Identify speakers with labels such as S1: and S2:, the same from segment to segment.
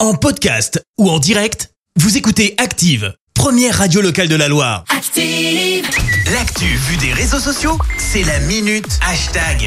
S1: En podcast ou en direct, vous écoutez Active, première radio locale de la Loire.
S2: Active.
S3: L'actu vue des réseaux sociaux, c'est la minute hashtag.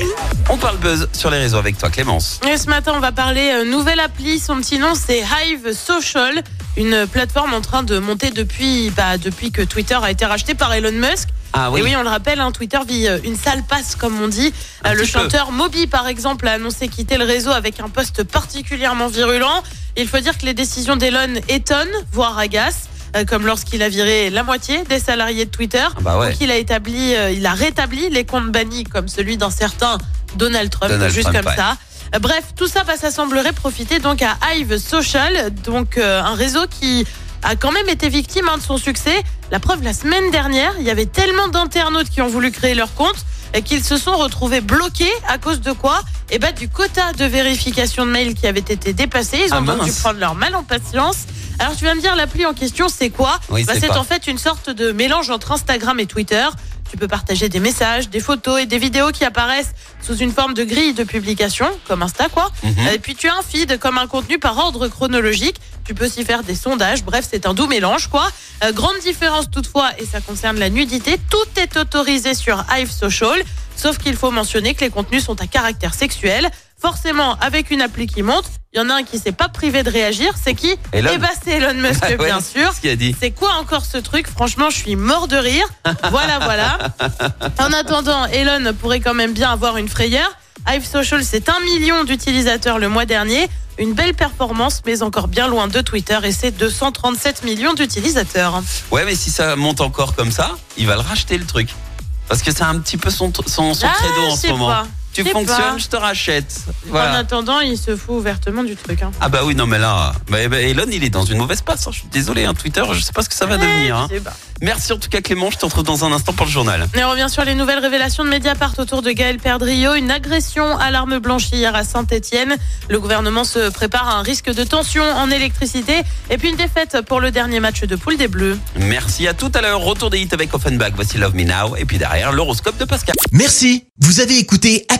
S3: On parle buzz sur les réseaux avec toi Clémence.
S4: Et ce matin, on va parler euh, nouvelle appli. Son petit nom, c'est Hive Social, une plateforme en train de monter depuis, bah, depuis que Twitter a été racheté par Elon Musk.
S3: Ah
S4: Et oui, on le rappelle, hein, Twitter vit euh, une sale passe, comme on dit.
S3: Un
S4: Euh, le
S3: petit peu.
S4: chanteur Moby, par exemple, a annoncé quitter le réseau avec un poste particulièrement virulent. Il faut dire que les décisions d'Elon étonnent, voire agacent, euh, comme lorsqu'il a viré la moitié des salariés de Twitter.
S3: Ah bah ouais.
S4: Donc il a établi, euh, il a rétabli les comptes bannis comme celui d'un certain Donald Trump,
S3: Donald
S4: juste
S3: Trump,
S4: comme
S3: ouais.
S4: ça. Euh, Bref, tout ça, bah, ça semblerait profiter donc à Hive Social, donc euh, un réseau qui a quand même été victime hein, de son succès. La preuve, la semaine dernière, il y avait tellement d'internautes qui ont voulu créer leur compte euh, qu'ils se sont retrouvés bloqués à cause de quoi Eh ben, du quota de vérification de mail qui avait été dépassé. Ils
S3: Ah,
S4: ont donc dû
S3: mince.
S4: prendre leur mal en patience. Alors tu vas me dire, l'appli en question, c'est quoi
S3: Oui,
S4: Bah,
S3: c'est
S4: C'est
S3: quoi
S4: en fait une sorte de mélange entre Instagram et Twitter. Tu peux partager des messages, des photos et des vidéos qui apparaissent sous une forme de grille de publication, comme Insta quoi.
S3: Mhm.
S4: Et puis tu as un feed comme un contenu par ordre chronologique. Tu peux s'y faire des sondages. Bref, c'est un doux mélange, quoi. Euh, grande différence toutefois, et ça concerne la nudité, tout est autorisé sur Hive Social. Sauf qu'il faut mentionner que les contenus sont à caractère sexuel. Forcément, avec une appli qui monte, il y en a un qui s'est pas privé de réagir. C'est qui
S3: Elon.
S4: Eh ben, c'est Elon Musk,
S3: Ah ouais,
S4: bien sûr.
S3: Ce qu'il a dit.
S4: C'est quoi encore ce truc Franchement, je suis mort de rire. Voilà, voilà. En attendant, Elon pourrait quand même bien avoir une frayeur. Hive Social, c'est un million d'utilisateurs le mois dernier. Une belle performance, mais encore bien loin de Twitter et ses 237 millions d'utilisateurs.
S3: Ouais, mais si ça monte encore comme ça, il va le racheter le truc. Parce que c'est un petit peu son, tr- son, son
S4: Ah,
S3: credo en
S4: je
S3: ce
S4: sais
S3: moment.
S4: pas.
S3: Tu
S4: Je sais
S3: fonctionnes,
S4: pas.
S3: je te rachète.
S4: En
S3: Voilà.
S4: attendant, il se fout ouvertement du truc. hein.
S3: Ah bah oui, non mais là, bah, bah, Elon il est dans une mauvaise passe. hein. Je suis désolé, hein, Twitter, je sais pas ce que ça va devenir. hein.
S4: Eh, Je sais pas.
S3: Merci en tout cas Clémence, je te retrouve dans un instant pour le journal.
S4: Et on revient sur les nouvelles révélations de Mediapart autour de Gaël Perdriau. Une agression à l'arme blanche hier à Saint-Etienne. Le gouvernement se prépare à un risque de tension en électricité. Et puis une défaite pour le dernier match de poule des Bleus.
S3: Merci à tout à l'heure. Retour des hits avec Offenbach, voici Love Me Now. Et puis derrière, l'horoscope de Pascal.
S1: Merci, vous avez écouté